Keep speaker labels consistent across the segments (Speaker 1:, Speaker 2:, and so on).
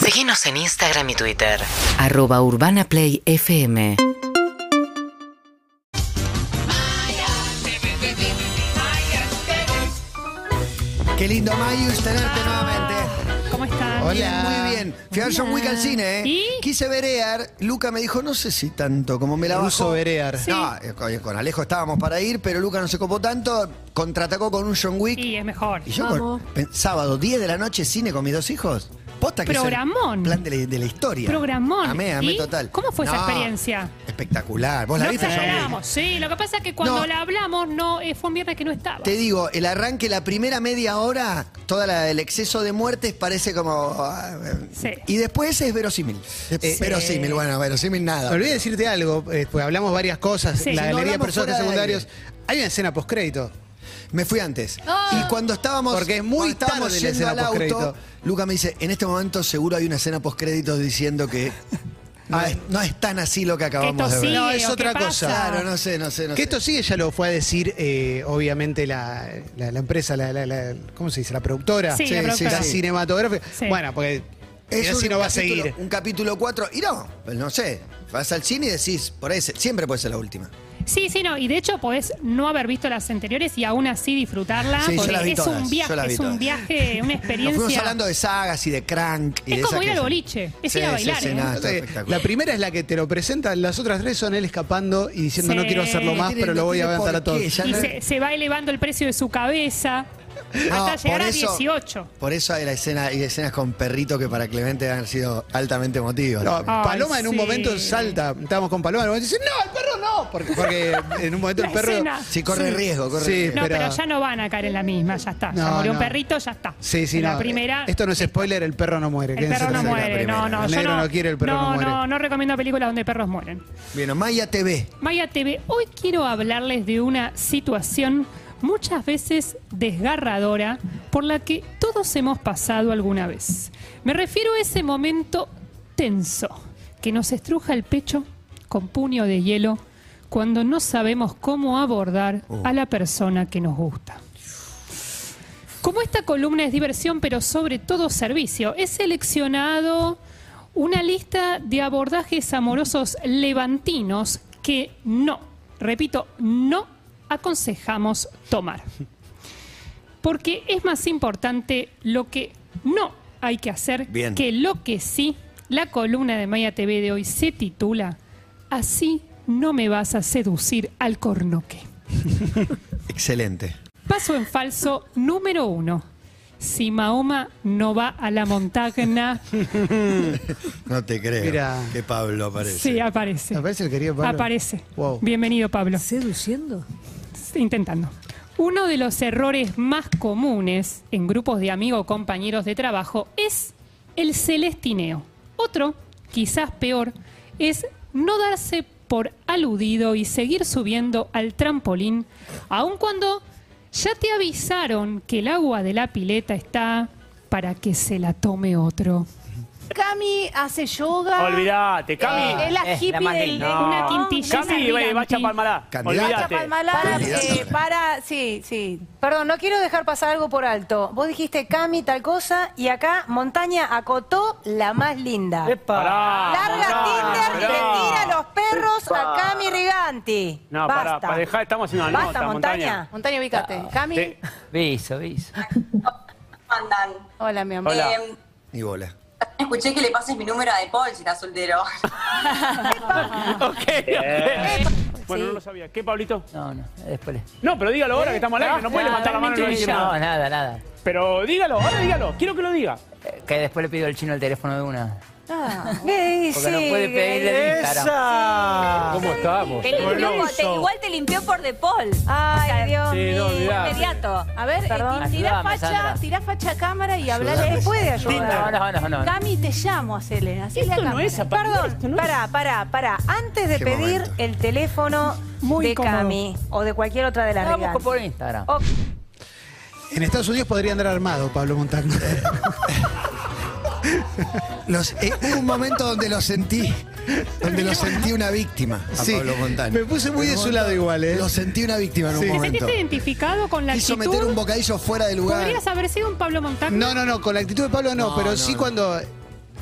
Speaker 1: Seguinos en Instagram y Twitter.
Speaker 2: Arroba Urbana Play FM.
Speaker 3: Qué lindo, Mayus, tenerte nuevamente.
Speaker 4: ¿Cómo están?
Speaker 3: Hola. Muy bien. Fui a ver John Wick al cine, ¿eh?
Speaker 4: Mm. ¿Y?
Speaker 3: Quise verear. Luca me dijo, no sé si tanto, como me la bajó.
Speaker 5: verear.
Speaker 3: No, eh, con- con Alejo estábamos para ir, pero Luca no se copó tanto. Contraatacó con un John Wick.
Speaker 4: Y es mejor.
Speaker 3: Y yo, con- pe- sábado, 10 de la noche, cine con mis dos hijos. Posta que es el
Speaker 4: Programón.
Speaker 3: plan de la, de la historia.
Speaker 4: Programón.
Speaker 3: Amé, amé
Speaker 4: ¿Y?
Speaker 3: total.
Speaker 4: ¿Cómo fue esa experiencia?
Speaker 3: Espectacular. ¿Vos la
Speaker 4: Lo
Speaker 3: viste, John Wick?
Speaker 4: hablamos, sí. Lo que pasa es que cuando
Speaker 3: No.
Speaker 4: la hablamos, no, eh, fue un viernes que no estaba.
Speaker 3: Te digo, el arranque, la primera media hora, todo el exceso de muertes parece como. ah, eh,
Speaker 4: Sí.
Speaker 3: Y después es verosímil. Eh, Verosímil, bueno, verosímil nada.
Speaker 5: Me olvidé decirte algo, eh, pues hablamos varias cosas,
Speaker 4: Sí.
Speaker 5: la
Speaker 4: Si no
Speaker 5: galería de
Speaker 3: hablamos
Speaker 5: personajes
Speaker 3: fuera de
Speaker 5: secundarios. Hay una escena postcrédito.
Speaker 3: Me fui antes. Y cuando estábamos.
Speaker 5: Porque es muy
Speaker 3: cuando estábamos
Speaker 5: tarde la
Speaker 3: yendo
Speaker 5: escena
Speaker 3: al auto,
Speaker 5: postcrédito.
Speaker 3: Luca me dice: En este momento seguro hay una escena postcréditos diciendo que. No, es, no es tan así lo que acabamos de
Speaker 4: sigue,
Speaker 3: ver.
Speaker 5: No, es
Speaker 4: o qué
Speaker 5: otra
Speaker 4: pasa.
Speaker 5: cosa.
Speaker 3: Claro, no sé, no sé, no
Speaker 5: que
Speaker 3: sé.
Speaker 5: esto sí, ella lo fue a decir, eh, obviamente, la, la- la empresa, la, la- la- ¿cómo se dice? La productora.
Speaker 4: Sí, la productora.
Speaker 5: la cinematográfica.
Speaker 4: Sí.
Speaker 5: Bueno, porque
Speaker 3: Es
Speaker 5: así
Speaker 3: un
Speaker 5: no va a
Speaker 3: capítulo-
Speaker 5: seguir.
Speaker 3: Un capítulo 4. Y no, pues no sé. Vas al cine y decís, por ahí se- siempre puede ser la última.
Speaker 4: Sí, sí, no. Y de hecho, podés no haber visto las anteriores y aún así disfrutarla.
Speaker 3: Sí, yo
Speaker 4: porque
Speaker 3: las vi
Speaker 4: es
Speaker 3: todas,
Speaker 4: un
Speaker 3: yo las
Speaker 4: viaje,
Speaker 3: vi
Speaker 4: es un
Speaker 3: todas.
Speaker 4: viaje, una experiencia.
Speaker 3: Nos fuimos hablando de sagas y de crank. Y
Speaker 4: Es
Speaker 3: de
Speaker 4: como
Speaker 3: esas
Speaker 4: ir al
Speaker 3: cosas.
Speaker 4: boliche, es ir a bailar, ¿eh?
Speaker 3: nada, Ah, está
Speaker 5: Entonces,
Speaker 3: espectacular.
Speaker 5: la primera es la que te lo presenta, las otras tres son él escapando y diciendo
Speaker 4: Sí.
Speaker 5: no quiero hacerlo
Speaker 4: No
Speaker 5: más,
Speaker 3: tiene-
Speaker 5: pero lo
Speaker 3: no
Speaker 5: voy a
Speaker 3: tiene por
Speaker 5: aventar a todos.
Speaker 3: qué, ya
Speaker 4: y
Speaker 3: no-
Speaker 4: se, se va elevando el precio de su cabeza
Speaker 3: No,
Speaker 4: hasta llegar
Speaker 3: por eso-
Speaker 4: a 18.
Speaker 3: Por eso hay, la escena, hay escenas con perrito que para Clemente han sido altamente emotivas.
Speaker 5: No,
Speaker 3: también.
Speaker 4: Ay,
Speaker 5: Paloma en un
Speaker 4: sí.
Speaker 5: momento salta, estábamos con Paloma, en un momento dice, no, el perro no, porque, porque en un momento el
Speaker 4: La
Speaker 5: perro...
Speaker 4: escena.
Speaker 3: sí, corre
Speaker 5: sí.
Speaker 3: riesgo, corre
Speaker 5: Sí,
Speaker 3: riesgo.
Speaker 4: No,
Speaker 5: Espera.
Speaker 4: pero ya no van a caer en la misma, ya está. ya
Speaker 5: No,
Speaker 4: murió un
Speaker 5: no.
Speaker 4: perrito, ya está.
Speaker 5: Sí, sí,
Speaker 4: En la
Speaker 5: no,
Speaker 4: primera.
Speaker 5: Esto no es spoiler, el perro no muere.
Speaker 4: El
Speaker 5: quédense
Speaker 4: perro no
Speaker 5: tranquilos.
Speaker 4: muere,
Speaker 3: primera.
Speaker 4: no, no.
Speaker 5: El
Speaker 4: yo
Speaker 5: negro no quiere, el perro no muere.
Speaker 4: No, no recomiendo películas donde perros mueren.
Speaker 3: Bueno, Maya TV.
Speaker 4: Maya TV, hoy quiero hablarles de una situación muchas veces desgarradora por la que todos hemos pasado alguna vez. Me refiero a ese momento tenso que nos estruja el pecho con puño de hielo cuando no sabemos cómo abordar
Speaker 5: Oh.
Speaker 4: a la persona que nos gusta. Como esta columna es diversión, pero sobre todo servicio, he seleccionado una lista de abordajes amorosos levantinos que no, repito, no aconsejamos tomar. Porque es más importante lo que no hay que hacer
Speaker 3: Bien.
Speaker 4: que lo que sí. La columna de Maya TV de hoy se titula Así no me vas a seducir al cornoque.
Speaker 3: Excelente.
Speaker 4: Paso en falso número uno. Si Mahoma no va a la montaña,
Speaker 3: No te creo
Speaker 5: Mirá.
Speaker 3: que Pablo aparece.
Speaker 4: sí, aparece.
Speaker 5: Aparece el querido Pablo.
Speaker 4: Aparece.
Speaker 5: Wow.
Speaker 4: Bienvenido, Pablo.
Speaker 6: ¿Seduciendo?
Speaker 4: Intentando. Uno de los errores más comunes en grupos de amigos o compañeros de trabajo es el celestineo. Otro, quizás peor, es no darse por aludido y seguir subiendo al trampolín, aun cuando ya te avisaron que el agua de la pileta está para que se la tome otro.
Speaker 6: Cami hace yoga.
Speaker 7: Olvídate, Cami.
Speaker 6: Eh, es la hippie del, del-
Speaker 7: No.
Speaker 4: una quintilla.
Speaker 7: Cami, va- va a
Speaker 4: Sarrianti.
Speaker 7: Chapalmalá.
Speaker 3: Candidata.
Speaker 6: Pacha
Speaker 7: Olvídate.
Speaker 6: Palmalá,
Speaker 3: Olvídate.
Speaker 6: eh, para, sí, sí. Perdón, no quiero dejar pasar algo por alto. Vos dijiste Cami tal cosa y acá Montaña acotó la más linda.
Speaker 7: Pará.
Speaker 6: Larga
Speaker 7: pará,
Speaker 6: Tinder,
Speaker 7: pará.
Speaker 6: le tira los perros a Cami Riganti.
Speaker 7: No,
Speaker 6: Basta.
Speaker 7: pará, para dejar, estamos haciendo una
Speaker 6: Basta,
Speaker 7: nota,
Speaker 6: Montaña.
Speaker 7: Montaña. Ah,
Speaker 6: Montaña, ubícate. Cami.
Speaker 7: Te-
Speaker 8: Beso, beso.
Speaker 9: andan?
Speaker 6: Hola, mi amor.
Speaker 7: Hola.
Speaker 9: Eh,
Speaker 3: Ni bola.
Speaker 9: escuché que le pases mi número a De Paul si estás soltero.
Speaker 7: Ok,
Speaker 6: Eh.
Speaker 7: ok. Bueno, no lo sabía. ¿Qué, Pablito?
Speaker 8: No, no, después. le- Ah,
Speaker 7: No, pero dígalo ahora que estamos al aire. No puede levantar la mano y no decir
Speaker 8: No,
Speaker 7: nada.
Speaker 8: nada, nada.
Speaker 7: Pero dígalo, ahora dígalo. Quiero que lo diga.
Speaker 8: Eh, Que después le pido al chino el teléfono de una.
Speaker 6: Eh,
Speaker 8: Porque no
Speaker 6: sí,
Speaker 8: puede pedirle el Instagram.
Speaker 7: ¿Cómo estamos?
Speaker 9: igual te limpió por De Paul.
Speaker 6: Ay, Dios
Speaker 7: Sí, no,
Speaker 6: mío.
Speaker 7: olvidate.
Speaker 9: Inmediato.
Speaker 6: A ver,
Speaker 8: Perdón.
Speaker 6: eh, ti- tirá
Speaker 8: Ayudame,
Speaker 6: facha,
Speaker 8: Sandra.
Speaker 6: tirá facha a cámara y hablar.
Speaker 3: Ayudame.
Speaker 6: Él puede
Speaker 8: No,
Speaker 6: ayudar.
Speaker 8: no, no, no.
Speaker 6: Cami, te llamo, hacele. hacele
Speaker 7: Esto
Speaker 6: a
Speaker 7: no
Speaker 6: cámara.
Speaker 7: es aparte,
Speaker 6: Perdón,
Speaker 7: esto no es-
Speaker 6: pará, pará, pará. Antes de
Speaker 3: Qué
Speaker 6: pedir
Speaker 3: momento.
Speaker 6: el teléfono
Speaker 4: Muy
Speaker 6: de
Speaker 4: cómodo.
Speaker 6: Cami o de cualquier otra de las
Speaker 8: No,
Speaker 6: ligas.
Speaker 8: busco por Instagram.
Speaker 6: Ok.
Speaker 5: En Estados Unidos podría andar armado Pablo Montagna.
Speaker 3: Los, eh, hubo un momento donde lo sentí, donde lo sentí una víctima a
Speaker 5: Sí,
Speaker 3: Pablo Montaña.
Speaker 5: me puse muy
Speaker 3: En
Speaker 5: de
Speaker 3: un
Speaker 5: su
Speaker 3: momento
Speaker 5: lado igual, ¿eh?
Speaker 3: Lo sentí una víctima en
Speaker 5: Sí.
Speaker 3: un
Speaker 4: ¿Te
Speaker 3: momento.
Speaker 4: sentiste identificado con la
Speaker 3: Quiso
Speaker 4: actitud?
Speaker 3: meter un bocadillo fuera de lugar.
Speaker 4: ¿Podrías haber sido un Pablo Montagna?
Speaker 5: No, no, no, con la actitud de Pablo no,
Speaker 3: No,
Speaker 5: pero
Speaker 3: no,
Speaker 5: sí
Speaker 3: no.
Speaker 5: cuando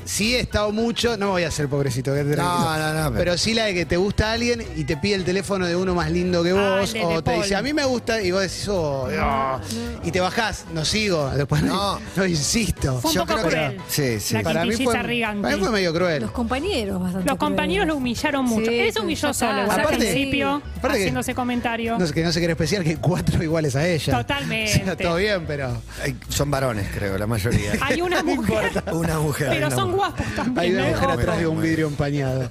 Speaker 5: sí he estado mucho, no voy a ser pobrecito, que
Speaker 3: No, no, no.
Speaker 5: Pero sí la de que te gusta alguien y te pide el teléfono de uno más lindo que
Speaker 4: Ah,
Speaker 5: vos,
Speaker 4: el de
Speaker 5: o
Speaker 4: De
Speaker 5: te
Speaker 4: Paul.
Speaker 5: dice, a mí me gusta, y vos decís, oh, oh", y te bajás, no sigo, después no,
Speaker 3: No.
Speaker 5: no insisto.
Speaker 4: Fue un
Speaker 3: Yo
Speaker 4: poco
Speaker 3: creo que-
Speaker 4: cruel.
Speaker 3: sí, sí.
Speaker 4: La
Speaker 5: Para mí,
Speaker 4: quintilliza
Speaker 5: fue,
Speaker 4: Riganti.
Speaker 5: para mí fue medio cruel.
Speaker 10: Los compañeros bastante.
Speaker 4: Los compañeros lo humillaron mucho.
Speaker 10: Sí,
Speaker 4: Él se humilló
Speaker 10: ya está.
Speaker 4: solo, o sea, al
Speaker 5: Aparte-
Speaker 4: principio,
Speaker 5: aparte que-
Speaker 4: haciéndose comentario.
Speaker 5: No sé, que no sé qué era especial, que cuatro iguales a ella.
Speaker 4: Totalmente.
Speaker 5: O sea, todo bien, pero.
Speaker 3: Ay, Son varones, creo, la mayoría.
Speaker 4: Hay una mujer,
Speaker 3: Una mujer.
Speaker 4: pero
Speaker 3: una
Speaker 4: son
Speaker 3: mujer.
Speaker 4: guapos
Speaker 5: Hay
Speaker 4: también.
Speaker 5: una
Speaker 4: ¿eh?
Speaker 5: mujer
Speaker 3: Ojo.
Speaker 5: atrás de un vidrio empañado.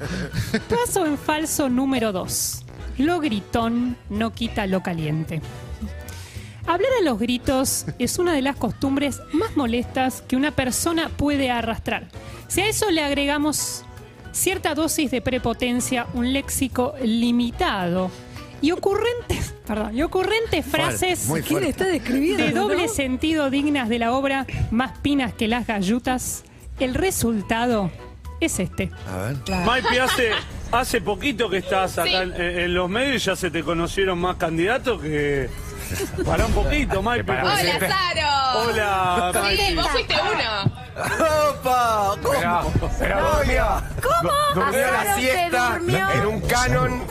Speaker 4: Paso en falso número 2. Lo gritón no quita lo caliente. Hablar a los gritos es una de las costumbres más molestas que una persona puede arrastrar. Si a eso le agregamos cierta dosis de prepotencia, un léxico limitado y ocurrentes, perdón, y ocurrentes frases
Speaker 3: muy
Speaker 10: ¿Quién
Speaker 3: fuerte.
Speaker 10: está describiendo?
Speaker 4: de doble
Speaker 10: no?
Speaker 4: sentido dignas de la obra Más pinas que las gallutas, el resultado es este.
Speaker 3: A ver.
Speaker 7: Maipi, hace, hace poquito que estás acá en, en los medios y ya se te conocieron más candidatos que... Pará un poquito, Maipi. porque-
Speaker 9: Saro.
Speaker 7: Hola, Maipi.
Speaker 9: fuiste uno.
Speaker 11: ¡Opa! ¿Cómo? Pero durmió. Durmió
Speaker 6: Azaro
Speaker 11: la
Speaker 6: se
Speaker 11: siesta
Speaker 6: durmió.
Speaker 11: en un canon.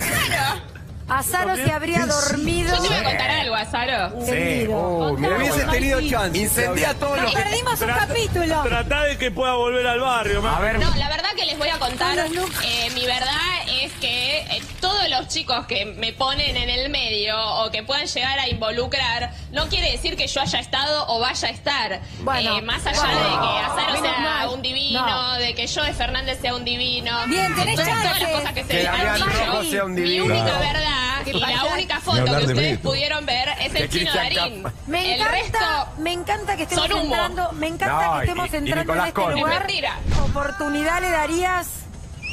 Speaker 6: Azaro se habría dormido.
Speaker 9: contar algo, Saro.
Speaker 11: Sí. Uy, oh, mirá,
Speaker 10: Hubiese tenido
Speaker 11: chance. Incendia todo lo
Speaker 6: Nos
Speaker 11: que...
Speaker 6: perdimos un
Speaker 7: Trata-
Speaker 6: capítulo.
Speaker 7: Tratá de que pueda volver al barrio, Maipi.
Speaker 11: A ver,
Speaker 9: No, la verdad que les voy a contar,
Speaker 6: Hola, Lu.
Speaker 9: eh, mi verdad es que eh, todos los chicos que me ponen en el medio o que puedan llegar a involucrar, no quiere decir que yo haya estado o vaya a estar.
Speaker 6: Bueno,
Speaker 9: Eh, más allá
Speaker 6: bueno.
Speaker 9: de que Azaro
Speaker 6: Menos
Speaker 9: sea
Speaker 6: mal.
Speaker 9: un divino,
Speaker 6: No.
Speaker 9: de que yo de Fernández sea un divino.
Speaker 6: Bien, tenés
Speaker 9: Entonces, todas las
Speaker 6: chances.
Speaker 9: cosas que se
Speaker 11: que Damián
Speaker 9: han dicho.
Speaker 11: Rojo sea un
Speaker 9: Mi
Speaker 11: divino.
Speaker 9: única verdad y la
Speaker 6: pasa?
Speaker 9: única foto que ustedes pudieron ver es
Speaker 11: De
Speaker 9: el chino
Speaker 11: Cristian
Speaker 9: Darín.
Speaker 11: Capa.
Speaker 6: Me
Speaker 9: el
Speaker 6: encanta,
Speaker 9: resto
Speaker 6: me encanta que estemos
Speaker 9: son humo.
Speaker 6: entrando, me encanta
Speaker 11: No,
Speaker 6: que estemos
Speaker 11: y- y
Speaker 6: entrando en
Speaker 11: Nicolás
Speaker 6: este
Speaker 11: Cole. Es
Speaker 6: lugar.
Speaker 9: mentira.
Speaker 6: Oportunidad le darías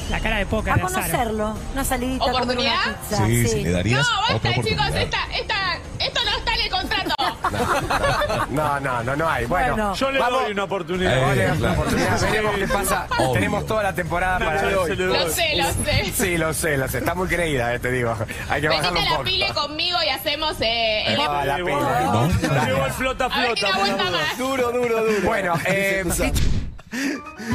Speaker 4: La cara de poca
Speaker 6: a
Speaker 4: de Azaro.
Speaker 6: conocerlo, una salidita a comer una
Speaker 9: ¿Oportunidad?
Speaker 6: pizza. Sí, sí.
Speaker 9: No, basta, chicos, esta, esta, esto no está en el contrato.
Speaker 11: No, no, no, no hay.
Speaker 6: Bueno.
Speaker 11: Bueno,
Speaker 7: Yo le
Speaker 11: vamos-
Speaker 7: doy una oportunidad.
Speaker 11: Vamos a darle otra oportunidad. Veremos qué pasa.
Speaker 7: Obvio.
Speaker 11: Tenemos toda la temporada
Speaker 7: Una
Speaker 11: para
Speaker 7: chance le
Speaker 11: hoy.
Speaker 7: doy.
Speaker 9: Lo sé, lo sé.
Speaker 11: Sí, lo sé, lo sé. Está muy creída, eh, te digo. Hay que bajarlo
Speaker 9: Venite
Speaker 11: un
Speaker 9: a la
Speaker 11: poco.
Speaker 9: pile conmigo y hacemos eh, el...
Speaker 11: Ah, la
Speaker 7: Llegó-
Speaker 11: pila.
Speaker 7: Llegó el flota
Speaker 9: A ver quién
Speaker 7: flota.
Speaker 9: aguanta más.
Speaker 11: Duro, duro, duro. Bueno, eh,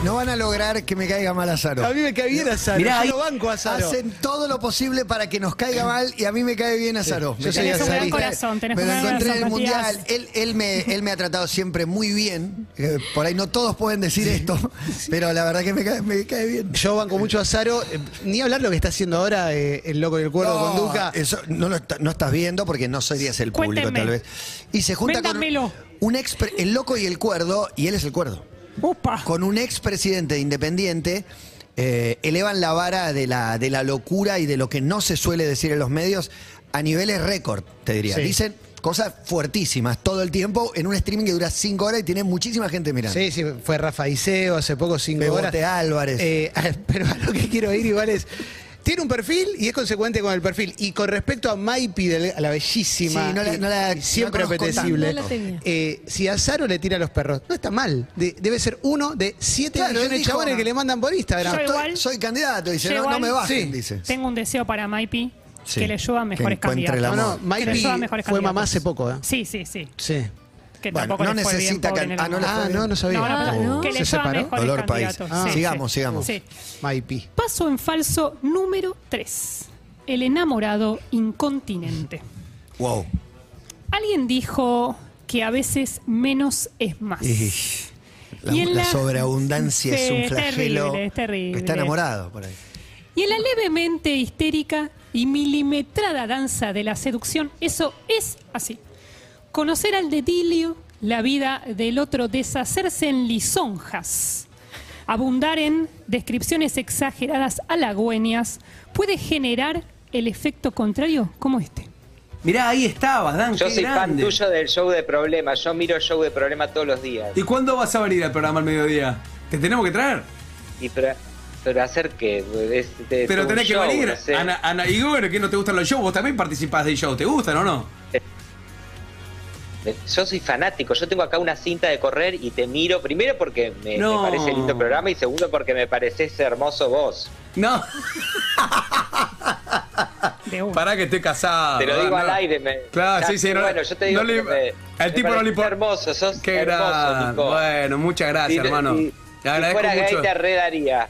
Speaker 3: No van a lograr que me caiga mal Azaro.
Speaker 5: A mí me cae bien Azaro.
Speaker 8: Mirá,
Speaker 5: yo
Speaker 8: ahí-
Speaker 5: lo banco a Azaro.
Speaker 3: Hacen todo lo posible para que nos caiga mal y a mí me cae bien Azaro.
Speaker 5: Sí.
Speaker 3: Me
Speaker 5: Yo soy
Speaker 3: cae
Speaker 5: Tenés un
Speaker 3: bien.
Speaker 5: gran
Speaker 4: corazón, tenés
Speaker 3: me
Speaker 4: un
Speaker 3: lo
Speaker 4: gran
Speaker 3: encontré en el
Speaker 4: corazón, Matías.
Speaker 3: Mundial. Él, él me, él me ha tratado siempre muy bien. Eh, Por ahí no todos pueden decir esto, pero la verdad que me cae, me cae bien.
Speaker 5: Yo banco mucho a Azaro. eh, Ni hablar lo que está haciendo ahora eh, el loco del cuervo con Duca.
Speaker 3: Eso no, lo está- no estás viendo porque no serías el público,
Speaker 4: Cuéntenme.
Speaker 3: tal vez. Y se junta
Speaker 4: Véndanmelo.
Speaker 3: con un, un ex, el loco y el cuerdo, y él es el cuerdo.
Speaker 4: Upa.
Speaker 3: Con un expresidente de independiente, eh, elevan la vara de la, de la locura y de lo que no se suele decir en los medios a niveles récord, te diría.
Speaker 5: Sí.
Speaker 3: Dicen cosas fuertísimas todo el tiempo en un streaming que dura cinco horas y tiene muchísima gente mirando.
Speaker 5: Sí, sí, fue Rafa Iseo hace poco, cinco
Speaker 3: Bebote
Speaker 5: horas.
Speaker 3: Álvarez.
Speaker 5: Eh, pero a lo que quiero ir igual es. Tiene un perfil y es consecuente con el perfil. Y con respecto a Maipi, del- a la bellísima,
Speaker 3: Sí, no la-
Speaker 5: y-
Speaker 3: no la-
Speaker 5: y siempre
Speaker 3: no la conozco
Speaker 5: apetecible.
Speaker 10: tanto. No la tenía.
Speaker 5: eh, si a Zaro le tira a los perros, no está mal. De- debe ser uno de siete
Speaker 3: Claro,
Speaker 5: millones de
Speaker 3: él dijo,
Speaker 5: chabones que le mandan por Instagram.
Speaker 4: Yo
Speaker 3: Estoy-
Speaker 4: igual-
Speaker 3: soy candidato, dice,
Speaker 4: Yo
Speaker 3: no, no
Speaker 4: igual-
Speaker 3: me bajen,
Speaker 5: Sí.
Speaker 3: dice.
Speaker 4: Tengo un deseo para Maipi
Speaker 3: Sí,
Speaker 4: que le lluevan
Speaker 3: que
Speaker 4: mejores
Speaker 3: encuentre el
Speaker 4: candidatos.
Speaker 5: No, no,
Speaker 3: amor.
Speaker 4: Que le
Speaker 5: Maipi
Speaker 4: lluevan mejores
Speaker 5: fue mamá
Speaker 4: candidatos.
Speaker 10: pues.
Speaker 5: hace poco, ¿eh?
Speaker 4: Sí, sí, sí.
Speaker 5: Sí.
Speaker 4: Que
Speaker 3: Bueno,
Speaker 4: tampoco
Speaker 3: no
Speaker 4: le fue bien,
Speaker 3: necesita
Speaker 4: pobre
Speaker 3: can-
Speaker 4: en el
Speaker 3: ah, no
Speaker 4: amor.
Speaker 3: le
Speaker 5: Ah,
Speaker 3: fue
Speaker 5: no, no sabía.
Speaker 4: No, no,
Speaker 5: Ah,
Speaker 4: pero que
Speaker 5: ¿Se
Speaker 4: le llevan
Speaker 5: separó?
Speaker 4: mejores
Speaker 3: Dolor país.
Speaker 4: candidatos.
Speaker 5: Ah,
Speaker 4: Sí,
Speaker 3: sigamos,
Speaker 4: sí.
Speaker 3: sigamos.
Speaker 4: Sí.
Speaker 5: Maipi.
Speaker 4: Paso en falso número 3. El enamorado incontinente.
Speaker 3: Wow.
Speaker 4: Alguien dijo que a veces menos es más.
Speaker 3: Ish. La,
Speaker 4: Y en
Speaker 3: la
Speaker 4: la-
Speaker 3: sobreabundancia
Speaker 4: Sí,
Speaker 3: es un
Speaker 4: es
Speaker 3: flagelo.
Speaker 4: terrible, es terrible.
Speaker 3: Está enamorado por ahí.
Speaker 4: Y en la levemente histérica y milimetrada danza de la seducción, eso es así. Conocer al detilio, la vida del otro, deshacerse en lisonjas, abundar en descripciones exageradas halagüeñas, puede generar el efecto contrario como este.
Speaker 8: Mirá, ahí estabas, Dan.
Speaker 11: Yo soy fan tuyo
Speaker 8: del show de problemas. Yo miro show de problemas todos los días.
Speaker 11: ¿Y cuándo vas a venir al programa al mediodía? Te tenemos que traer.
Speaker 8: Y pero, hacer qué?
Speaker 11: Pero tenés que venir. Ana, Ana y bueno, que no te gustan los shows, vos también participás del show, ¿te gustan o no?
Speaker 8: Yo soy fanático, yo tengo acá una cinta de correr y te miro primero porque me, me
Speaker 11: No.
Speaker 8: parece lindo el programa y segundo porque me pareces hermoso vos.
Speaker 11: No,
Speaker 4: De una.
Speaker 11: pará que estoy casado.
Speaker 8: Te lo digo
Speaker 11: Ah,
Speaker 8: al
Speaker 11: no.
Speaker 8: aire. me-
Speaker 11: Claro, sí, sí, no-
Speaker 8: bueno, yo te digo
Speaker 11: no le-
Speaker 8: que me-
Speaker 11: al
Speaker 8: me
Speaker 11: tipo no le
Speaker 8: pareces
Speaker 11: importa.
Speaker 8: hermoso, sos
Speaker 11: Qué
Speaker 8: hermoso,
Speaker 11: gran.
Speaker 8: Nico.
Speaker 11: Bueno, muchas gracias,
Speaker 8: Y-
Speaker 11: hermano.
Speaker 8: y-
Speaker 11: Te
Speaker 8: Si
Speaker 11: agradezco
Speaker 8: fuera gay
Speaker 11: mucho.
Speaker 8: te redaría.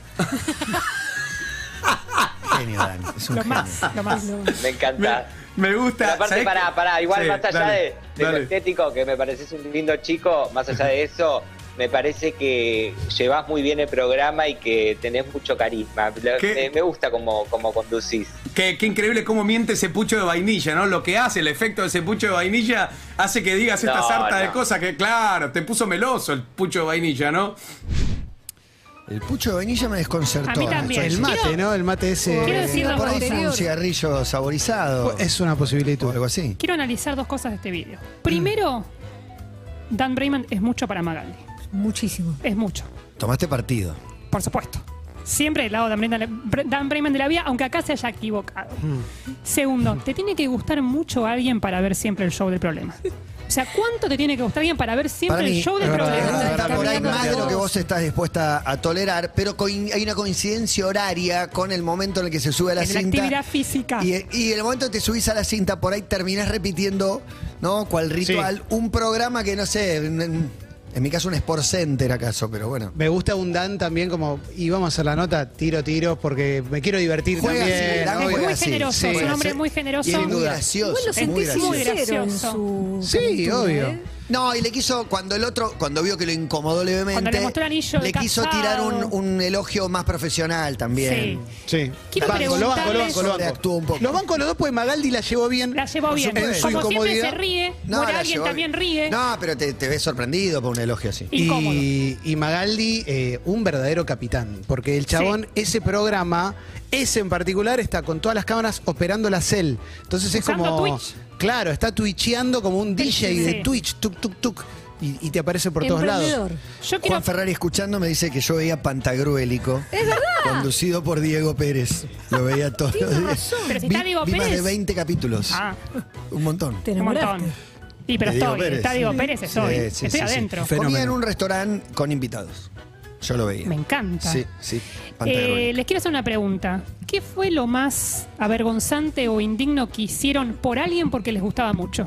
Speaker 3: Genio, Dani. Es un
Speaker 4: Lo
Speaker 3: genio.
Speaker 4: más, lo más. lo-
Speaker 8: Me encanta.
Speaker 11: Me gusta.
Speaker 8: Pero aparte,
Speaker 11: ¿sabés
Speaker 8: pará,
Speaker 11: qué?
Speaker 8: pará, igual
Speaker 11: Sí,
Speaker 8: más allá
Speaker 11: dale,
Speaker 8: de, de lo
Speaker 11: dale.
Speaker 8: estético, que me pareces un lindo chico, más allá de eso, me parece que llevas muy bien el programa y que tenés mucho carisma. Lo-
Speaker 11: ¿Qué?
Speaker 8: Me, me gusta como, como conducís.
Speaker 11: Qué, qué increíble cómo miente ese pucho de vainilla, ¿no? Lo que hace, el efecto de ese pucho de vainilla hace que digas esta
Speaker 8: No,
Speaker 11: sarta de
Speaker 8: no.
Speaker 11: cosas que, claro, te puso meloso el pucho de vainilla, ¿no?
Speaker 3: El pucho de vainilla me desconcertó.
Speaker 4: A mí también.
Speaker 5: El mate, ¿no? El mate ese.
Speaker 4: Quiero decir
Speaker 3: Era
Speaker 4: lo
Speaker 3: por ahí fue
Speaker 4: anterior.
Speaker 3: un cigarrillo saborizado.
Speaker 5: Es una posibilidad.
Speaker 3: o algo así.
Speaker 4: Quiero analizar dos cosas de este vídeo. Primero, Dan Brayman es mucho para Magaldi.
Speaker 10: Muchísimo.
Speaker 4: Es mucho,
Speaker 3: Tomaste partido.
Speaker 4: por supuesto. Siempre del lado de Dan Brayman- Dan Brayman de la vida, aunque acá se haya equivocado.
Speaker 3: Hmm.
Speaker 4: Segundo, te tiene que gustar mucho a alguien para ver siempre el show del problema. O sea, ¿cuánto te tiene que gustar a alguien para ver siempre el show del
Speaker 3: es verdad,
Speaker 4: problema?
Speaker 3: está
Speaker 10: Está
Speaker 3: por ahí
Speaker 10: cambiando
Speaker 3: más
Speaker 10: de
Speaker 3: de lo que
Speaker 10: voz.
Speaker 3: vos estás dispuesta a tolerar, pero coin- hay una coincidencia horaria con el momento en el que se sube a la
Speaker 4: En la
Speaker 3: cinta.
Speaker 4: actividad física.
Speaker 3: Y, y el momento que te subís a la cinta, por ahí terminás repitiendo, ¿no? Cual ritual, un programa que no sé, en, en- en mi caso un Sport Center acaso, pero bueno.
Speaker 5: Me gusta un Dan también como, y vamos a hacer la nota, tiro, tiro, porque me quiero divertir
Speaker 3: Juega así,
Speaker 5: también.
Speaker 3: Dan
Speaker 5: obvio.
Speaker 4: es muy
Speaker 3: así,
Speaker 4: generoso,
Speaker 5: sí,
Speaker 4: es un
Speaker 5: juega
Speaker 4: hombre
Speaker 5: así.
Speaker 4: muy
Speaker 3: Y
Speaker 4: generoso.
Speaker 3: es muy gracioso.
Speaker 10: Igual lo
Speaker 3: es
Speaker 10: sentís
Speaker 3: muy gracioso.
Speaker 4: muy
Speaker 10: sincero en
Speaker 4: gracioso.
Speaker 10: su
Speaker 5: Sí,
Speaker 10: calentura,
Speaker 5: obvio.
Speaker 10: ¿eh?
Speaker 3: No, y le quiso, cuando el otro, cuando vio que lo incomodó levemente,
Speaker 4: Cuando le mostró el anillo de
Speaker 3: le quiso
Speaker 4: casado.
Speaker 3: tirar un, un elogio más profesional también.
Speaker 4: Sí.
Speaker 5: Sí.
Speaker 4: Quiero
Speaker 5: lo banco, lo
Speaker 4: preguntarles-
Speaker 5: banco, lo banco.
Speaker 3: Sobreactuó un poco.
Speaker 5: Los bancos los dos, pues Magaldi la llevó bien.
Speaker 4: La llevó bien.
Speaker 5: En su
Speaker 4: Como siempre
Speaker 5: incomodidad.
Speaker 4: se ríe,
Speaker 3: No,
Speaker 4: por
Speaker 3: la
Speaker 4: alguien
Speaker 3: llevó-
Speaker 4: también ríe.
Speaker 3: No, pero te, te ves sorprendido por un elogio así.
Speaker 4: Incómodo.
Speaker 5: Y, y Magaldi, eh, un verdadero capitán, porque el chabón, ese programa, ese en particular, está con todas las cámaras operando la cel. Entonces es
Speaker 4: Usando
Speaker 5: como.
Speaker 4: Twitch.
Speaker 5: Claro, está twitcheando como un DJ de
Speaker 4: sí.
Speaker 5: Twitch, tuk, tuk, tuk. Y, y te aparece por todos lados.
Speaker 10: Emprendedor.
Speaker 4: Yo quiero
Speaker 3: Juan Ferrari escuchando me dice que yo veía Pantagruélico. ¡Es verdad! Conducido por Diego Pérez. Lo veía todos los días.
Speaker 4: Pero si está
Speaker 3: Vi-
Speaker 4: Diego
Speaker 3: vi más
Speaker 4: Pérez.
Speaker 3: de 20 capítulos.
Speaker 4: Ah,
Speaker 3: Un montón.
Speaker 10: Te
Speaker 4: un
Speaker 10: enamoraste.
Speaker 4: montón. Y pero
Speaker 3: De Diego
Speaker 4: estoy,
Speaker 3: Pérez.
Speaker 4: está Diego Pérez, estoy.
Speaker 3: Sí, sí,
Speaker 4: estoy
Speaker 3: sí, sí.
Speaker 4: adentro.
Speaker 3: Comía en un restaurante con invitados. Yo lo veía.
Speaker 4: Me encanta.
Speaker 3: Sí, sí.
Speaker 4: Eh,
Speaker 3: Pantagruélico.
Speaker 4: les quiero hacer una pregunta. ¿Qué fue lo más avergonzante o indigno que hicieron por alguien porque les gustaba mucho?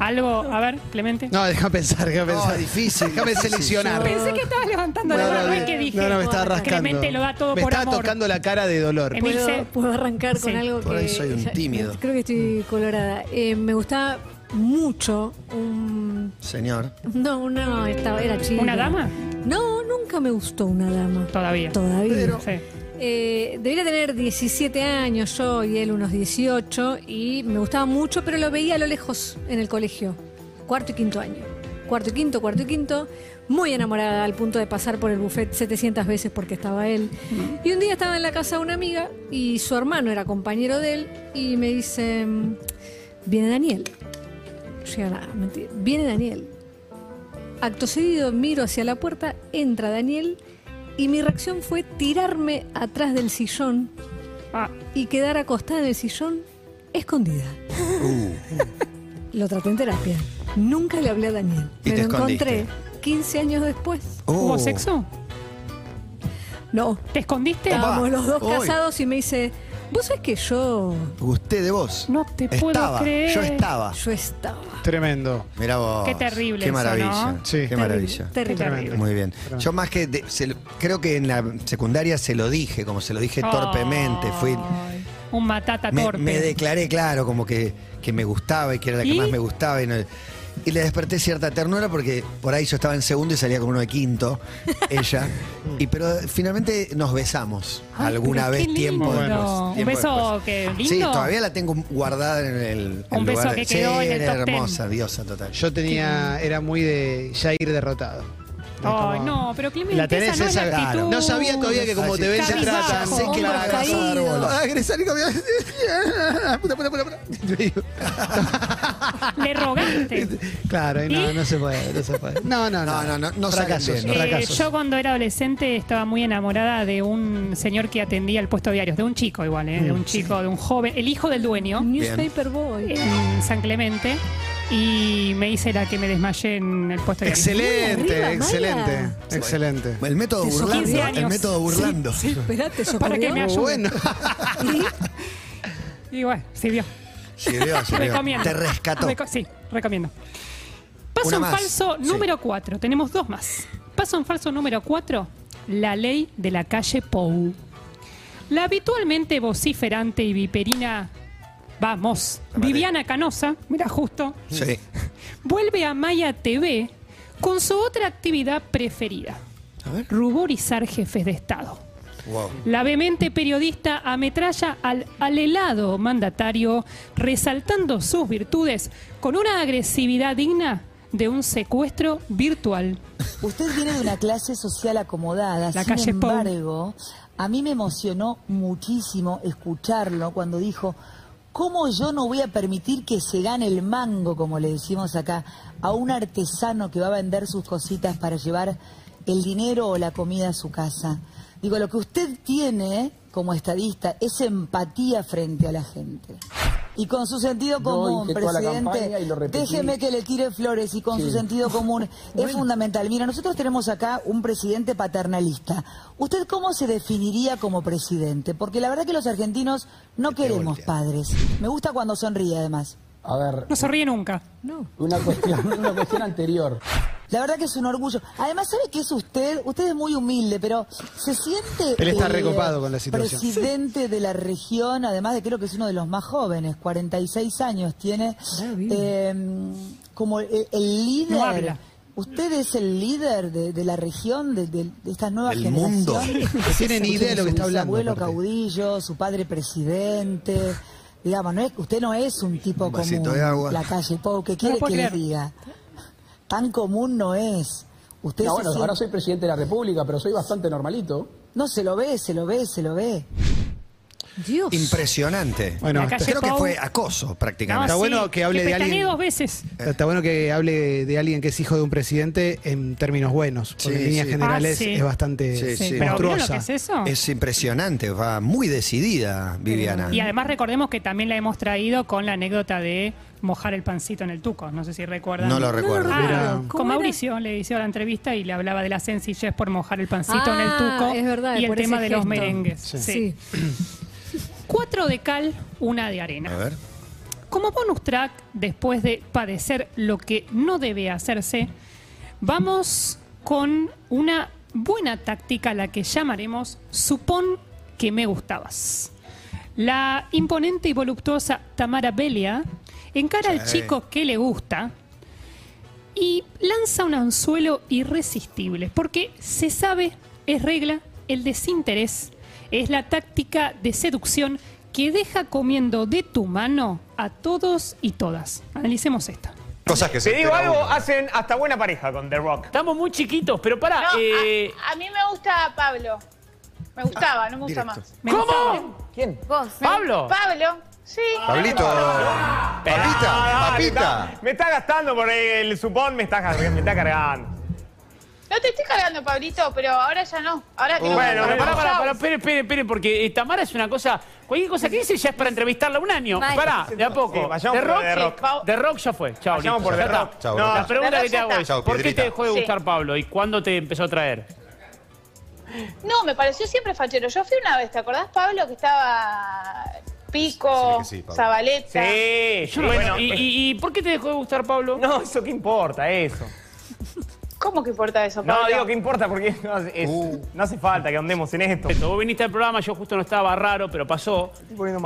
Speaker 4: Algo, a ver, Clemente.
Speaker 5: No, deja pensar, deja
Speaker 3: No,
Speaker 5: pensar.
Speaker 3: difícil,
Speaker 5: Déjame
Speaker 3: difícil.
Speaker 5: seleccionar.
Speaker 4: Pensé que estabas levantando la
Speaker 5: No,
Speaker 4: mano,
Speaker 5: no,
Speaker 4: no es que dije.
Speaker 5: no, no, me estaba rascando.
Speaker 4: Clemente lo da todo
Speaker 5: me
Speaker 4: por
Speaker 5: estaba
Speaker 4: amor.
Speaker 5: tocando la cara de dolor.
Speaker 4: Em-
Speaker 10: ¿Puedo,
Speaker 4: Emilce.
Speaker 10: puedo arrancar con
Speaker 4: Sí.
Speaker 10: algo
Speaker 3: Por
Speaker 10: que.
Speaker 3: ahí soy un
Speaker 10: ya-
Speaker 3: tímido.
Speaker 10: Creo que estoy colorada. Eh, me gustaba mucho un.
Speaker 3: Señor.
Speaker 10: No, una. Estaba, era chica.
Speaker 4: ¿Una dama?
Speaker 10: No, nunca me gustó una dama.
Speaker 4: Todavía.
Speaker 10: Todavía.
Speaker 4: Sí.
Speaker 10: Eh, debería tener 17 años yo y él unos 18 y me gustaba mucho, pero lo veía a lo lejos en el colegio, cuarto y quinto año. Cuarto y quinto, cuarto y quinto, muy enamorada al punto de pasar por el buffet 700 veces porque estaba él. Y un día estaba en la casa de una amiga y su hermano era compañero de él y me dice, mm, viene Daniel. Llega la mentira, viene Daniel. Acto seguido miro hacia la puerta, entra Daniel y mi reacción fue tirarme atrás del sillón
Speaker 4: Ah,
Speaker 10: y quedar acostada en el sillón escondida.
Speaker 3: Uh.
Speaker 10: Lo traté en terapia. Nunca le hablé a Daniel.
Speaker 3: Y
Speaker 10: Me
Speaker 3: te
Speaker 10: lo encontré
Speaker 3: escondiste.
Speaker 10: 15 años después.
Speaker 4: ¿Hubo
Speaker 3: Oh.
Speaker 4: sexo?
Speaker 10: No,
Speaker 4: ¿Te escondiste? Ah,
Speaker 10: estábamos los dos
Speaker 3: Uy.
Speaker 10: casados y me dice, vos sabés que yo,
Speaker 3: Gusté de vos.
Speaker 4: No te puedo
Speaker 3: Estaba,
Speaker 4: creer.
Speaker 3: Yo estaba.
Speaker 10: yo estaba.
Speaker 5: Tremendo.
Speaker 3: Mirá vos.
Speaker 4: Qué terrible
Speaker 3: Qué
Speaker 4: eso,
Speaker 3: maravilla.
Speaker 4: ¿no?
Speaker 5: Sí.
Speaker 3: Qué
Speaker 5: Terrible.
Speaker 3: maravilla.
Speaker 10: Terrible.
Speaker 5: Tremendo.
Speaker 3: Muy bien. Yo más que de- se lo- creo que en la secundaria se lo dije, como se lo dije torpemente, fui
Speaker 4: Ay, Un matata
Speaker 3: me,
Speaker 4: torpe.
Speaker 3: me declaré claro, como que, que me gustaba y que era la
Speaker 4: ¿Y?
Speaker 3: que más me gustaba y, no- y le desperté cierta ternura porque por ahí yo estaba en segundo y salía con uno de quinto, ella. Y pero finalmente nos besamos
Speaker 4: Ay,
Speaker 3: alguna
Speaker 4: pero qué
Speaker 3: vez tiempo
Speaker 4: lindo.
Speaker 3: después.
Speaker 4: Un
Speaker 3: tiempo
Speaker 4: beso
Speaker 3: después.
Speaker 4: que lindo.
Speaker 3: Sí, todavía la tengo guardada en el, el
Speaker 4: Un beso
Speaker 3: lugar.
Speaker 4: que
Speaker 3: Sí,
Speaker 4: quedó en el
Speaker 3: era
Speaker 4: top ten.
Speaker 3: hermosa, diosa total.
Speaker 5: Yo tenía, era muy de ya ir derrotado. Es
Speaker 4: Ay,
Speaker 5: como-
Speaker 4: no, pero Clemente, esa no es la
Speaker 3: claro.
Speaker 4: actitud.
Speaker 5: No sabía todavía que como te ven se
Speaker 4: Cabizbajo.
Speaker 5: tratan.
Speaker 3: Sé que la vas a dar
Speaker 10: caído.
Speaker 3: bola.
Speaker 5: Agresar y cambiar. ah, Puta, puta, puta, puta.
Speaker 4: Le rogaste.
Speaker 5: Claro, y no,
Speaker 4: ¿Y?
Speaker 5: no se puede, no se puede. No, no, no.
Speaker 3: No, no, no, no
Speaker 5: fracasos,
Speaker 3: salen bien, no
Speaker 4: Eh,
Speaker 5: fracasos.
Speaker 4: yo cuando era adolescente estaba muy enamorada de un señor que atendía el puesto de diarios, de un chico igual, ¿eh? de un chico, de un joven, el hijo del dueño
Speaker 6: Mm.
Speaker 10: Newspaper Boy.
Speaker 4: en San Clemente y me hice la que me desmayé en el puesto de diarios.
Speaker 5: Excelente,
Speaker 10: Arriba, Maya.
Speaker 5: excelente, excelente.
Speaker 3: El método
Speaker 10: Te soqué
Speaker 3: burlando.
Speaker 4: años.
Speaker 3: El método burlando.
Speaker 10: Sí, esperate, eso
Speaker 4: Para que
Speaker 10: ocurrió.
Speaker 4: me ayude.
Speaker 5: Bueno,
Speaker 4: Y bueno, sirvió.
Speaker 3: Sirvió, sirvió.
Speaker 4: Recomiendo.
Speaker 3: Te rescató.
Speaker 4: Reco- sí, recomiendo. Paso
Speaker 3: Una
Speaker 4: un
Speaker 3: más.
Speaker 4: falso
Speaker 3: Sí.
Speaker 4: número 4. Tenemos dos más. Paso en falso número 4, la ley de la calle Pou. La habitualmente vociferante y viperina, vamos, Viviana Canosa, mira justo,
Speaker 3: Sí.
Speaker 4: vuelve a Maya TV con su otra actividad preferida, ruborizar jefes de Estado.
Speaker 3: Wow.
Speaker 4: La vehemente periodista ametralla al alelado mandatario, resaltando sus virtudes con una agresividad digna de un secuestro virtual.
Speaker 12: Usted viene de una clase social acomodada,
Speaker 4: La
Speaker 12: sin
Speaker 4: calle Pou.
Speaker 12: embargo, a mí me emocionó muchísimo escucharlo cuando dijo, ¿cómo yo no voy a permitir que se gane el mango, como le decimos acá, a un artesano que va a vender sus cositas para llevar el dinero o la comida a su casa? Digo, lo que usted tiene como estadista es empatía frente a la gente. Y con su sentido común,
Speaker 13: hice toda la campaña y
Speaker 12: presidente,
Speaker 13: lo repetí.
Speaker 12: déjeme que le tire flores y con su
Speaker 13: Sí.
Speaker 12: sentido común es fundamental. Mira, nosotros tenemos acá un presidente paternalista. ¿Usted cómo se definiría como presidente? Porque la verdad que los argentinos no queremos padres. Me gusta cuando sonríe, además.
Speaker 13: A ver,
Speaker 4: No se ríe nunca.
Speaker 13: una cuestión, una cuestión anterior.
Speaker 12: La verdad que es un orgullo. Además, ¿sabe qué es usted? Usted es muy humilde, pero se siente...
Speaker 5: Él está recopado con la situación.
Speaker 12: Presidente de la región, además de creo que es uno de los más jóvenes, 46 años tiene. eh, como el, el líder...
Speaker 4: Ah, No habla.
Speaker 12: Usted es el líder de, de la región, de, de- de estas nuevas
Speaker 3: Del mundo.
Speaker 12: generaciones.
Speaker 3: No tienen ni idea de lo que está hablando,
Speaker 12: Su abuelo
Speaker 3: aparte.
Speaker 12: caudillo, su padre presidente. Digamos, no es, usted no es un tipo
Speaker 3: Un vasito
Speaker 12: común.
Speaker 3: de agua.
Speaker 12: La calle Pou, ¿qué
Speaker 4: No
Speaker 12: quiere
Speaker 4: puedo
Speaker 12: que le
Speaker 4: creer.
Speaker 12: diga? Tan común no es. Usted
Speaker 13: No,
Speaker 12: se
Speaker 13: bueno,
Speaker 12: siente-
Speaker 13: ahora soy presidente de la República, pero soy bastante normalito.
Speaker 12: no se lo ve, se lo ve, se lo ve.
Speaker 10: Dios.
Speaker 3: Impresionante.
Speaker 5: Bueno, La
Speaker 4: calle
Speaker 3: creo que
Speaker 4: Pou.
Speaker 3: fue acoso
Speaker 4: Ah,
Speaker 3: prácticamente.
Speaker 5: Está bueno que hable de
Speaker 4: pestañeé
Speaker 5: alguien-
Speaker 4: dos veces.
Speaker 5: Está bueno que hable de alguien que es hijo de un presidente en términos buenos, porque
Speaker 3: Sí,
Speaker 5: en líneas
Speaker 3: sí.
Speaker 5: generales
Speaker 4: Ah, sí.
Speaker 5: es bastante
Speaker 3: Sí, sí.
Speaker 4: Pero ¿vieron lo que
Speaker 5: monstruosa.
Speaker 4: es eso?
Speaker 3: Es impresionante, va muy decidida Viviana.
Speaker 4: Y además recordemos que también la hemos traído con la anécdota de mojar el pancito en el tuco. No sé si recuerdan.
Speaker 3: No lo recuerdo.
Speaker 4: Ah,
Speaker 5: Mira.
Speaker 4: con
Speaker 10: ¿Cómo
Speaker 4: Mauricio le hice la entrevista y le hablaba de la sencillez por mojar el pancito en el
Speaker 10: Ah,
Speaker 4: tuco
Speaker 10: es verdad,
Speaker 4: y el
Speaker 10: por ese
Speaker 4: tema de los
Speaker 10: gesto.
Speaker 4: merengues.
Speaker 5: Sí.
Speaker 4: Sí. Cuatro de cal, una de arena.
Speaker 3: A ver.
Speaker 4: Como bonus track, después de padecer lo que no debe hacerse, vamos con una buena táctica, a la que llamaremos Supón que me gustabas. La imponente y voluptuosa Tamara Belia encara al
Speaker 3: Sí.
Speaker 4: chico que le gusta y lanza un anzuelo irresistible, porque se sabe, es regla, el desinterés es la táctica de seducción que deja comiendo de tu mano a todos y todas. Analicemos esta.
Speaker 14: Cosas que
Speaker 15: Te digo algo, hacen hasta buena pareja con The Rock.
Speaker 16: Estamos muy chiquitos, pero pará.
Speaker 17: No,
Speaker 16: eh,
Speaker 17: a, a mí me gusta Pablo. Me gustaba, no me gusta
Speaker 3: directo.
Speaker 17: más.
Speaker 4: Me
Speaker 16: ¿Cómo?
Speaker 13: ¿Quién?
Speaker 17: ¿Vos?
Speaker 16: ¿Pablo?
Speaker 17: Pablo, sí.
Speaker 14: Pablito. Papita,
Speaker 16: Ah, dale,
Speaker 14: papita.
Speaker 16: está- Me está gastando por el supón, me está, car- me está cargando.
Speaker 17: No te estoy cargando, Pablito, pero ahora ya no. Ahora que no
Speaker 16: Bueno,
Speaker 17: me
Speaker 16: pero pará,
Speaker 17: gusta,
Speaker 16: pará,
Speaker 17: chao.
Speaker 16: pará, espere, espere, espere, porque eh, Tamara es una cosa. Cualquier cosa que dice ya es para entrevistarla un año.
Speaker 17: Mal.
Speaker 16: Pará, de a poco.
Speaker 14: Sí, vayamos
Speaker 16: de
Speaker 14: por
Speaker 16: rock,
Speaker 14: The Rock.
Speaker 16: sí, pa- The Rock ya fue. Chao.
Speaker 14: Vayamos
Speaker 16: listo,
Speaker 14: por
Speaker 16: ya
Speaker 14: The
Speaker 16: está.
Speaker 14: Rock. Chao,
Speaker 16: no, la
Speaker 14: Brunita.
Speaker 17: The
Speaker 16: pregunta
Speaker 17: Rock
Speaker 16: que te
Speaker 17: ya
Speaker 16: hago
Speaker 17: está.
Speaker 16: es:
Speaker 14: Chao,
Speaker 16: ¿por qué
Speaker 14: Piedrita.
Speaker 16: te dejó de
Speaker 17: Sí.
Speaker 16: gustar Pablo y cuándo te empezó a traer?
Speaker 17: No, me pareció siempre fachero. Yo fui una vez, ¿te acordás, Pablo? Que estaba
Speaker 14: Sí,
Speaker 17: Pico,
Speaker 14: que sí, Pablo.
Speaker 17: Zabaleta.
Speaker 16: Sí,
Speaker 14: Sí,
Speaker 16: bueno,
Speaker 14: bueno,
Speaker 16: y,
Speaker 14: eh.
Speaker 16: y- y por qué te dejó de gustar Pablo?
Speaker 15: No, eso qué importa, eso.
Speaker 17: ¿Cómo que importa eso, Pablo? Uh.
Speaker 15: No, digo que importa porque no, hace- es- no hace falta que andemos en esto.
Speaker 16: Perfecto, vos viniste al programa, yo justo no estaba raro, pero pasó.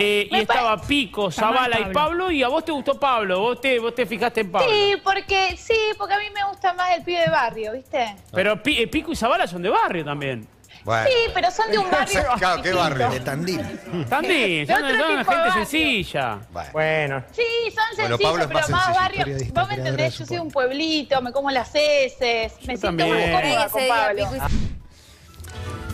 Speaker 16: Eh, y
Speaker 17: Me
Speaker 16: estaba Pico,
Speaker 4: Está mal,
Speaker 16: Zavala y
Speaker 4: Pablo.
Speaker 16: Pablo, y a vos te gustó Pablo, vos te, vos te fijaste en Pablo.
Speaker 17: Sí, porque, sí, porque a mí me gusta más el pibe de barrio, ¿viste?
Speaker 16: Pero Pi- eh, Pico y Zavala son de barrio también.
Speaker 14: Bueno.
Speaker 17: Sí, pero son de un barrio.
Speaker 14: Claro, qué
Speaker 17: distinto.
Speaker 14: barrio.
Speaker 3: Ah, De Tandil.
Speaker 16: Tandil,
Speaker 17: De
Speaker 16: son,
Speaker 17: otro
Speaker 16: son
Speaker 17: tipo de
Speaker 16: gente
Speaker 17: barrio.
Speaker 16: sencilla.
Speaker 15: Bueno,
Speaker 17: Sí, son
Speaker 14: Bueno,
Speaker 17: sencillos,
Speaker 14: Pablo es
Speaker 17: pero
Speaker 14: más
Speaker 17: más,
Speaker 14: sencillo,
Speaker 17: barrio.
Speaker 5: periodista,
Speaker 17: Vos me
Speaker 5: creador
Speaker 17: entendés,
Speaker 5: de
Speaker 17: yo
Speaker 5: su
Speaker 17: soy de un
Speaker 5: podcast.
Speaker 17: pueblito, me como las heces, me siento muy
Speaker 16: también.
Speaker 17: cómoda con Pablo.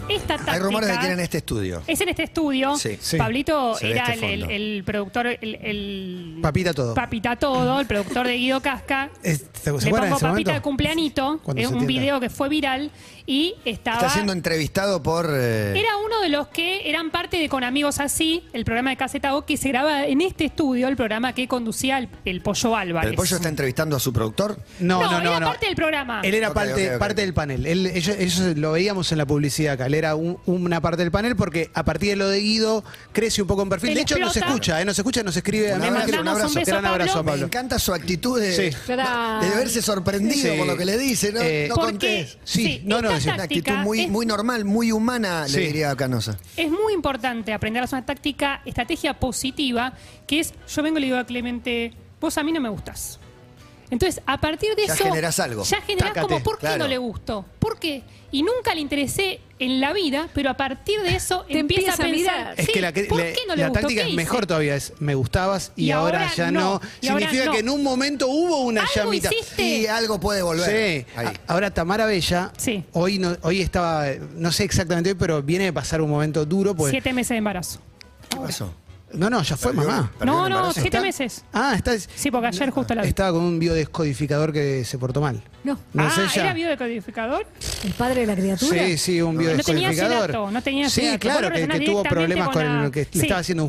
Speaker 4: Esta táctica
Speaker 3: Hay rumores de que era en este estudio.
Speaker 4: es en este estudio.
Speaker 3: Sí.
Speaker 5: Sí.
Speaker 4: Pablito
Speaker 3: Se ve
Speaker 4: era
Speaker 3: este
Speaker 4: el,
Speaker 3: fondo.
Speaker 4: el- el productor, el, el-
Speaker 5: Papita todo.
Speaker 4: Papita Todo, el productor de Guido Casca.
Speaker 5: Es- ¿Se
Speaker 4: Le
Speaker 5: acuerdan de
Speaker 4: pongo
Speaker 5: ese
Speaker 4: papita
Speaker 5: momento?
Speaker 4: de cumpleañito,
Speaker 5: Cuando
Speaker 4: es
Speaker 5: se
Speaker 4: un
Speaker 5: tienta.
Speaker 4: video que fue viral y estaba...
Speaker 3: Está siendo entrevistado por. eh,
Speaker 4: Era uno de los que eran parte de Con Amigos Así, el programa de Caseta O, que se graba en este estudio, el programa que conducía el, el Pollo Álvarez.
Speaker 3: el pollo está entrevistando a su productor.
Speaker 5: No, no, no.
Speaker 4: era
Speaker 5: no.
Speaker 4: parte del programa.
Speaker 5: Él era
Speaker 3: Ok,
Speaker 5: parte,
Speaker 3: ok, ok.
Speaker 5: parte del panel. Él, ellos, ellos lo veíamos en la publicidad acá. Él era un- una parte del panel porque a partir de lo de Guido crece un poco en perfil.
Speaker 4: Él
Speaker 5: de hecho, nos
Speaker 4: explota.
Speaker 5: escucha, ¿eh? nos escucha, nos escribe.
Speaker 3: Le
Speaker 5: además,
Speaker 3: mandamos
Speaker 5: que-
Speaker 3: un beso a
Speaker 5: gran abrazo a
Speaker 3: Pablo.
Speaker 5: Pablo.
Speaker 3: Me encanta su actitud de-
Speaker 10: Claro.
Speaker 4: Ah.
Speaker 3: de verse sorprendido
Speaker 5: Sí.
Speaker 3: por lo que le dice. No,
Speaker 5: Eh,
Speaker 3: no
Speaker 4: porque-
Speaker 3: contés.
Speaker 4: sí, Sí, no, no, esta es
Speaker 3: una actitud
Speaker 4: táctica
Speaker 3: muy,
Speaker 4: es-
Speaker 3: muy normal, muy humana,
Speaker 5: Sí.
Speaker 3: le diría a Canosa.
Speaker 4: Es muy importante aprender a hacer una táctica, estrategia positiva, que es yo vengo y le digo a Clemente, vos a mí no me gustás. Entonces, a partir de
Speaker 3: Ya
Speaker 4: eso.
Speaker 3: generás algo.
Speaker 4: Ya generás
Speaker 3: Tácate,
Speaker 4: como, ¿por qué
Speaker 3: claro.
Speaker 4: no le gustó? ¿Por qué? Y nunca le interesé en la vida, pero a partir de eso
Speaker 10: Te
Speaker 4: empieza a
Speaker 10: empieza a
Speaker 4: pensar.
Speaker 10: mirar.
Speaker 5: Es
Speaker 4: sí,
Speaker 5: que la, que-
Speaker 4: ¿por
Speaker 5: le-
Speaker 4: qué no le
Speaker 5: la
Speaker 4: gustó?
Speaker 5: táctica
Speaker 4: ¿Qué
Speaker 5: es
Speaker 4: hice?
Speaker 5: mejor todavía, es me gustabas y,
Speaker 4: Y
Speaker 5: ahora,
Speaker 4: ahora
Speaker 5: ya
Speaker 4: no.
Speaker 5: no.
Speaker 4: Y ahora
Speaker 5: Significa
Speaker 4: no.
Speaker 5: que en un momento hubo una
Speaker 4: Algo
Speaker 5: llamita.
Speaker 4: hiciste.
Speaker 3: Y algo puede volver.
Speaker 5: Sí. Ah,
Speaker 3: Ahí.
Speaker 5: A- Ahora Tamara Bella, hoy no, hoy estaba, eh, no sé exactamente hoy, pero viene de pasar un momento duro. Pues,
Speaker 4: Siete meses de embarazo.
Speaker 3: ¿Qué pasó?
Speaker 5: No, no, ya fue mamá.
Speaker 4: No, no, siete
Speaker 5: Está-
Speaker 4: meses.
Speaker 5: Ah, está.
Speaker 4: Sí, porque ayer justo la vi.
Speaker 5: Estaba con un biodescodificador que se portó mal.
Speaker 10: No.
Speaker 5: No
Speaker 4: ah,
Speaker 5: sé ya.
Speaker 4: ¿era biodecodificador?
Speaker 10: ¿El padre de la criatura?
Speaker 5: Sí, sí, un
Speaker 4: No tenía ese
Speaker 5: biodescodificador.
Speaker 4: dato, no tenía ese
Speaker 5: sí,
Speaker 4: dato. Vos
Speaker 5: claro,
Speaker 4: lo
Speaker 5: que, que
Speaker 4: relacionás
Speaker 5: tuvo
Speaker 4: directamente
Speaker 5: problemas con,
Speaker 4: con la-
Speaker 5: lo que
Speaker 4: Sí.
Speaker 5: le estaba haciendo un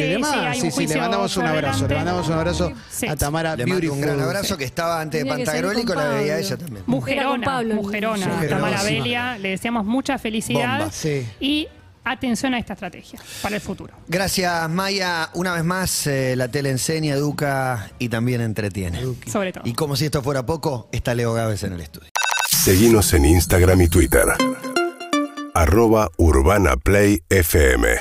Speaker 4: Sí,
Speaker 5: y
Speaker 4: sí,
Speaker 5: demás.
Speaker 4: hay
Speaker 5: Sí,
Speaker 4: un
Speaker 5: sí, le
Speaker 4: juicio
Speaker 5: mandamos un abrazo.
Speaker 4: adelante.
Speaker 5: Le mandamos un abrazo
Speaker 4: Sí.
Speaker 5: a Tamara
Speaker 3: Le mando
Speaker 5: ah, Beautiful.
Speaker 3: un gran abrazo que estaba antes de
Speaker 10: Tenía que ser
Speaker 3: Pantagruel y
Speaker 10: con
Speaker 3: con la veía
Speaker 10: Pablo.
Speaker 3: ella también.
Speaker 10: Era con
Speaker 4: Mujerona,
Speaker 10: Pablo.
Speaker 4: mujerona,
Speaker 3: Sí,
Speaker 4: Tamara
Speaker 3: hermosísima.
Speaker 4: Belia, le deseamos mucha felicidad
Speaker 3: Bomba.
Speaker 5: Sí.
Speaker 4: y atención a esta estrategia para el futuro.
Speaker 3: Gracias, Maya. Una vez más, eh, la tele enseña, educa y también entretiene.
Speaker 4: Sobre todo.
Speaker 3: Y como si esto fuera poco, está Leo Gávez en el estudio.
Speaker 18: Seguimos en Instagram y Twitter. Arroba Urbana Play FM.